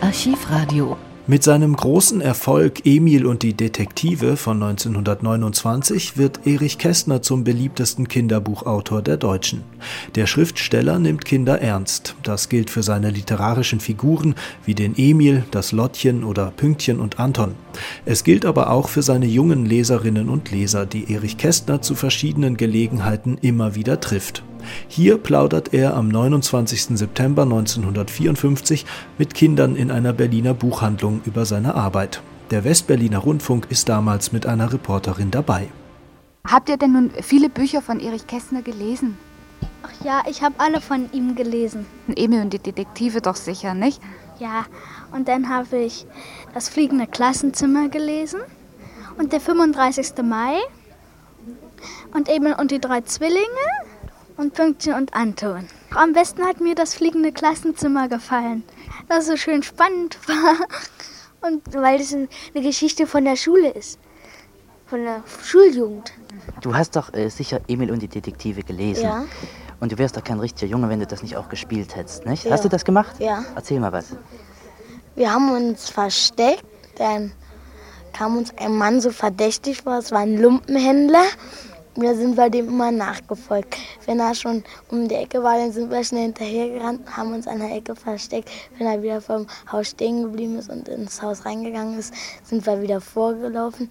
Archivradio. Mit seinem großen Erfolg Emil und die Detektive von 1929 wird Erich Kästner zum beliebtesten Kinderbuchautor der Deutschen. Der Schriftsteller nimmt Kinder ernst. Das gilt für seine literarischen Figuren wie den Emil, das Lottchen oder Pünktchen und Anton. Es gilt aber auch für seine jungen Leserinnen und Leser, die Erich Kästner zu verschiedenen Gelegenheiten immer wieder trifft. Hier plaudert er am 29. September 1954 mit Kindern in einer Berliner Buchhandlung über seine Arbeit. Der Westberliner Rundfunk ist damals mit einer Reporterin dabei. Habt ihr denn nun viele Bücher von Erich Kästner gelesen? Ach ja, ich habe alle von ihm gelesen. Emil und die Detektive doch sicher, nicht? Ja, und dann habe ich Das fliegende Klassenzimmer gelesen und der 35. Mai und Emil und die drei Zwillinge und Pünktchen und Anton. Am besten hat mir das fliegende Klassenzimmer gefallen, das so schön spannend war und weil es eine Geschichte von der Schule ist, von der Schuljugend. Du hast doch äh, sicher Emil und die Detektive gelesen. Ja. Und du wärst doch kein richtiger Junge, wenn du das nicht auch gespielt hättest, nicht? Ja. Hast du das gemacht? Ja. Erzähl mal was. Wir haben uns versteckt, dann kam uns ein Mann so verdächtig vor, es war ein Lumpenhändler. Wir sind bei dem immer nachgefolgt. Wenn er schon um die Ecke war, dann sind wir schnell hinterhergerannt, haben uns an der Ecke versteckt. Wenn er wieder vom Haus stehen geblieben ist und ins Haus reingegangen ist, sind wir wieder vorgelaufen.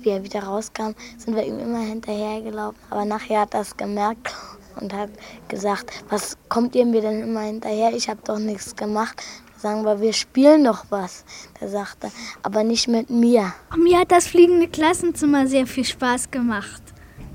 Wie er wieder rauskam, sind wir ihm immer hinterhergelaufen. Aber nachher hat er es gemerkt und hat gesagt, was kommt ihr mir denn immer hinterher? Ich habe doch nichts gemacht. Da sagen wir, wir spielen doch was. Da sagt er, aber nicht mit mir. Mir hat das fliegende Klassenzimmer sehr viel Spaß gemacht.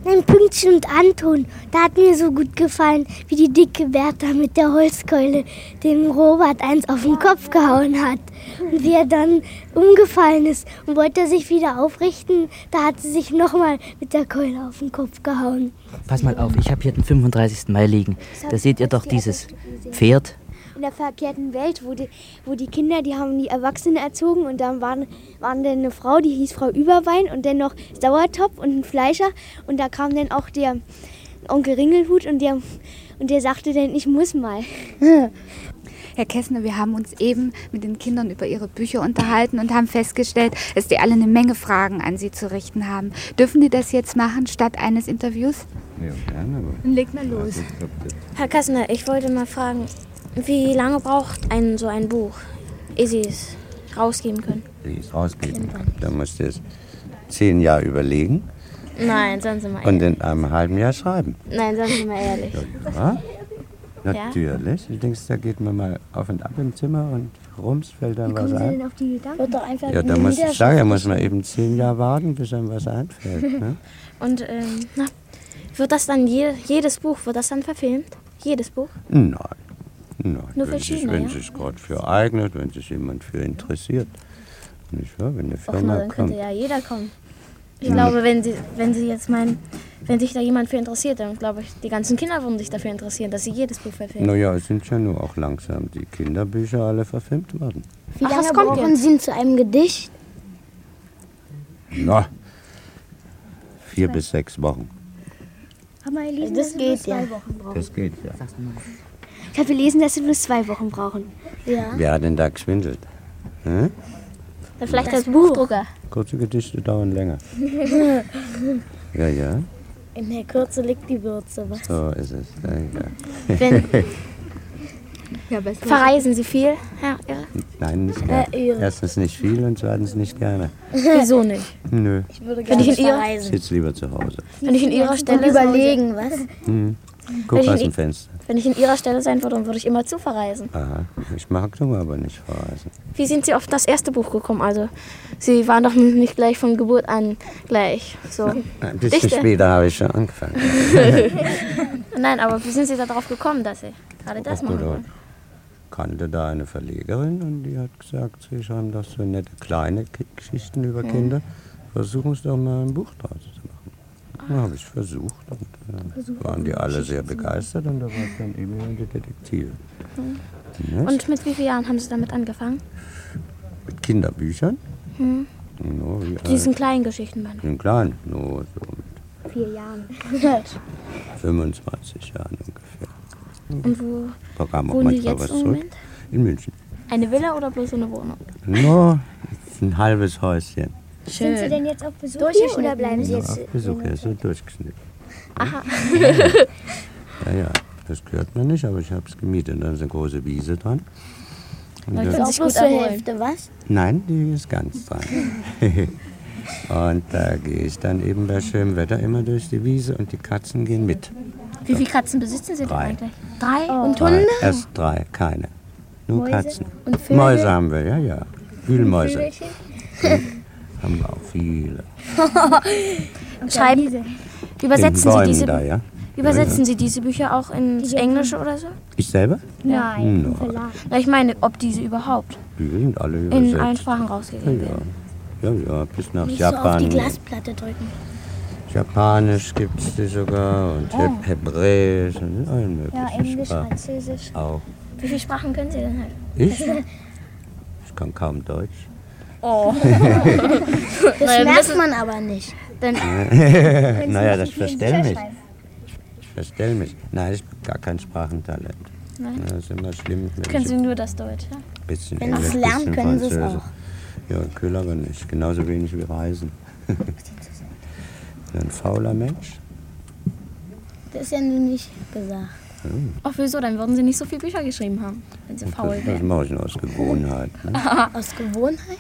Nein, Pünktchen und Anton. Da hat mir so gut gefallen, wie die dicke Bertha mit der Holzkeule dem Robert eins auf den Kopf gehauen hat. Und wie er dann umgefallen ist und wollte er sich wieder aufrichten, da hat sie sich nochmal mit der Keule auf den Kopf gehauen. Pass mal auf, ich habe hier den 35. Mai liegen. Da seht ihr doch dieses Pferd. In der verkehrten Welt, wo die, wo die Kinder, die haben die Erwachsenen erzogen und dann waren, waren dann eine Frau, die hieß Frau Überwein und dann noch Sauertopf und ein Fleischer und da kam dann auch der Onkel Ringelhut und der, und der sagte dann, ich muss mal. Herr Kästner, wir haben uns eben mit den Kindern über ihre Bücher unterhalten und haben festgestellt, dass die alle eine Menge Fragen an Sie zu richten haben. Dürfen die das jetzt machen statt eines Interviews? Ja, gerne. aber Dann legt mal los. ich glaub, das- Herr Kassner, ich wollte mal fragen, wie lange braucht ein so ein Buch, ehe Sie es rausgeben können? die es rausgeben kann. Da musst du es zehn Jahre überlegen Nein, seien Sie mal und ehrlich. in einem halben Jahr schreiben. Nein, seien Sie mal ehrlich. Ja, natürlich. Ich denke, da geht man mal auf und ab im Zimmer und rums fällt dann was ein. auf die Gedanken? Wird doch einfach Ja, da muss ich sagen, da muss man eben zehn Jahre warten, bis einem was einfällt. Ne? Und ähm, na, wird das dann je, jedes Buch, wird das dann verfilmt? Jedes Buch? Nein. Nein. Nur wenn sich, verschiedene, wenn ja? sich gerade für eignet, wenn sich jemand für interessiert. Nicht wahr? Wenn eine Offenbar, Firma dann kommt. könnte ja jeder kommen. Ich glaube, wenn Sie, wenn Sie jetzt meinen, wenn sich da jemand für interessiert, dann glaube ich, die ganzen Kinder würden sich dafür interessieren, dass sie jedes Buch verfilmen. Naja, es sind ja nur auch langsam die Kinderbücher alle verfilmt worden. Wie Ach, lange das kommt brauchen jetzt. Sie ihn zu einem Gedicht? Na, vier bis sechs Wochen. Das geht ja. Das geht ja. Ich habe gelesen, dass sie nur zwei Wochen brauchen. Ja. Wer hat denn da geschwindelt? Hm? Dann vielleicht das Buchdrucker. Kurze Gedichte dauern länger. ja, ja, In der Kürze liegt die Würze. Was? so ist es. Ja, ja. Verreisen Sie viel, Herr Irre? Nein, Äh, nicht gern. Erstens nicht viel und zweitens nicht gerne. Wieso nicht? Nö, Wenn ich in Ihrer, sitz lieber zu Hause. wenn ich in ihrer Stelle Überlegen, was? Guck ich aus dem nicht- Fenster. Wenn ich in Ihrer Stelle sein würde, dann würde ich immer zu verreisen. Aha, ich mag nun aber nicht verreisen. Wie sind Sie auf das erste Buch gekommen? Also, Sie waren doch nicht gleich von Geburt an gleich. So. Ein bisschen Dichte. später habe ich schon angefangen. Nein, aber wie sind Sie darauf gekommen, dass Sie gerade das Auch machen? nur wollen? kannte da eine Verlegerin und die hat gesagt, sie schreiben doch so nette kleine Ki- Geschichten über Hm. Kinder. Versuchen Sie doch mal ein Buch draus zu machen. Dann habe ich versucht und äh, waren die alle sehr begeistert und da war dann Emil und die Detektive. Nicht? Hm. Und mit wie vielen Jahren haben Sie damit angefangen? Hm. Mit Kinderbüchern? No, wie alt? Diesen kleinen Geschichten. meine Die sind klein, no, so mit Vier Jahre. 25 Jahren ungefähr. ich. Und wo Da kam auch wohnen Sie manchmal jetzt was im zurück. Moment? In München. Eine Villa oder bloß so eine Wohnung? Nur ein halbes Häuschen. Sind Sie Schön. denn jetzt auf Besuch hier oder bleiben Sie Nur jetzt? Abgesucht, er ist so durchgeschnitten. Aha. Ja, ja, das gehört mir nicht, aber ich habe es gemietet. Da ist eine große Wiese dran. Und das- Auch bloß zur Hälfte. was? Nein, die ist ganz dran. und da gehe ich dann eben bei schönem Wetter immer durch die Wiese und die Katzen gehen mit. Wie viele Katzen besitzen Sie denn Drei. eigentlich? Drei? Und Drei, erst drei, keine. Nur Katzen. Mäuse haben wir, ja, ja. Wühlmäuse. haben wir auch viele. schreiben. In Übersetzen Sie Bäumen diese, da, ja. übersetzen Sie diese Bücher auch ins Englische oder so? Ich selber? Nein. Na, ich meine, ob diese überhaupt Die sind alle übersetzt. in allen Sprachen rausgegeben werden. Ja, ja, ja bis nach Japan. Japanisch gibt es die sogar und He- Hebräisch und alle möglichen Sprachen. Französisch. Auch Wie viele Sprachen können Sie denn halt? ich? Ich kann kaum Deutsch. Äh, Das merkt man aber nicht. naja, das verstell mich. Ich verstell mich. Nein, ich bin gar kein Sprachentalent. Nein. Das ist immer schlimm. Wenn Können ich Sie nur das Deutsche? ein bisschen Wenn Englisch, sie's lernen, bisschen können sie's Französisch. Ja, Köhler aber nicht. Genauso wenig wie Reisen. ein fauler Mensch. Das ist ja nun nicht gesagt. Ach, wieso? Dann würden Sie nicht so viele Bücher geschrieben haben, wenn Sie faul Ah. Das, das wären. mache ich nur aus Gewohnheit. Ne? Aus Gewohnheit?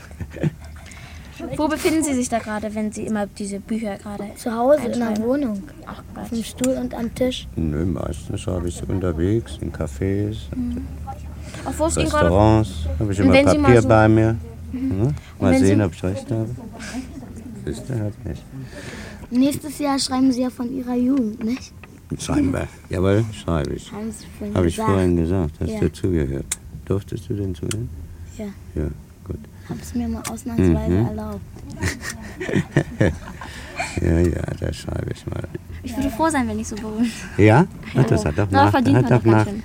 Wo befinden Sie sich da gerade, wenn Sie immer diese Bücher gerade... Zu Hause in der Wohnung. Ach, Auf dem Stuhl und am Tisch. Nö, meistens habe ich sie unterwegs, in Cafés, Auf wo es Ihnen gerade... Restaurants. Habe ich immer Mhm. wenn Sie mal Papier so- Mhm. bei mir. Ne? Mal wenn Sie- sehen, ob ich recht habe. Wisst ihr, halt nicht. Nächstes Jahr schreiben Sie ja von Ihrer Jugend, ne? nicht? Scheinbar. Jawohl, schreibe ich. Haben Sie vorhin Habe ich gesagt. vorhin gesagt, hast Ja. du zugehört. Durftest du denn zuhören? Ja. Ja, gut. Habe es mir mal ausnahmsweise Mhm. erlaubt. Ja, ja, da schreibe ich mal. Ich würde froh sein, wenn ich so berühmt Ja? Ach, das hat doch Na, nach. verdient hat man doch doch nach. ganz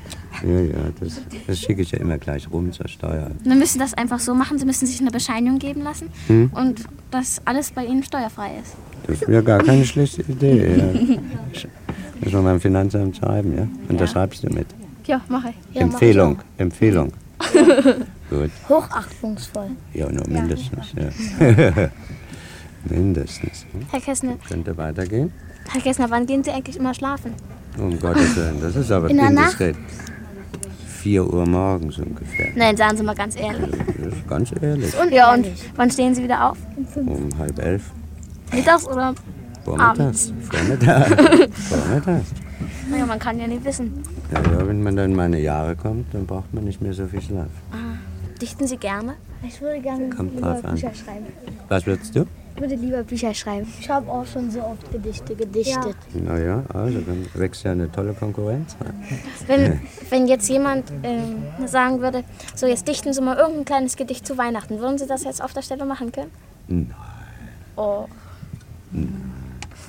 Ja, ja, das, das schicke ich ja immer gleich rum zur Steuer. Wir müssen das einfach so machen. Sie müssen sich eine Bescheinigung geben lassen Mhm. und dass alles bei Ihnen steuerfrei ist. Das wäre gar keine schlechte Idee. Ja. Müssen wir beim Finanzamt schreiben, ja? Und da schreibst du mit. Ja, mache ich. Empfehlung, Empfehlung. Gut. Hochachtungsvoll. Ja, nur mindestens. Ja. mindestens. hm? Herr Kessner, Könnte weitergehen? Herr Kessner, wann gehen Sie eigentlich immer schlafen? Um Gottes Willen, das ist aber In der Nacht? indiskret. 4 Uhr morgens ungefähr. Nein, sagen Sie mal ganz ehrlich. Das ist ganz ehrlich. Und, ja, und wann stehen Sie wieder auf? Um halb elf. Mittags oder? Vormittags. Vormittags. Vormittags. Naja, man kann ja nicht wissen. Ja, ja, wenn man dann in meine Jahre kommt, dann braucht man nicht mehr so viel Schlaf. Dichten Sie gerne? Ich würde gerne Kommt lieber drauf an. Bücher schreiben. Was willst du? Ich würde lieber Bücher schreiben. Ich habe auch schon so oft Gedichte gedichtet. Naja, also dann wächst ja eine tolle Konkurrenz rein. Wenn, wenn jetzt jemand ähm, sagen würde, so jetzt dichten Sie mal irgendein kleines Gedicht zu Weihnachten, würden Sie das jetzt auf der Stelle machen können? Nein. Oh.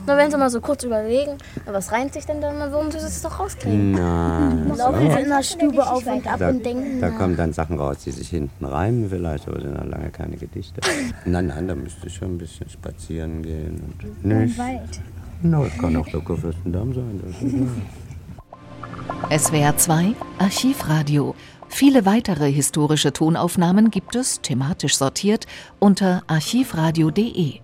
Nur wenn Sie mal so kurz überlegen, na, was reimt sich denn dann, dann würden Sie das doch rauskriegen. Nein. Laufen Sie in der Stube auf und ab Ah. Da, und denken da nach. kommen dann Sachen raus, die sich hinten reimen vielleicht, aber sind noch lange keine Gedichte. Nein, nein, da müsste ich schon ein bisschen spazieren gehen. Und nicht. Wald. No, es kann auch der Kurfürstendamm sein. Das ist ja. SWR 2 Archivradio. Viele weitere historische Tonaufnahmen gibt es, thematisch sortiert, unter archivradio.de.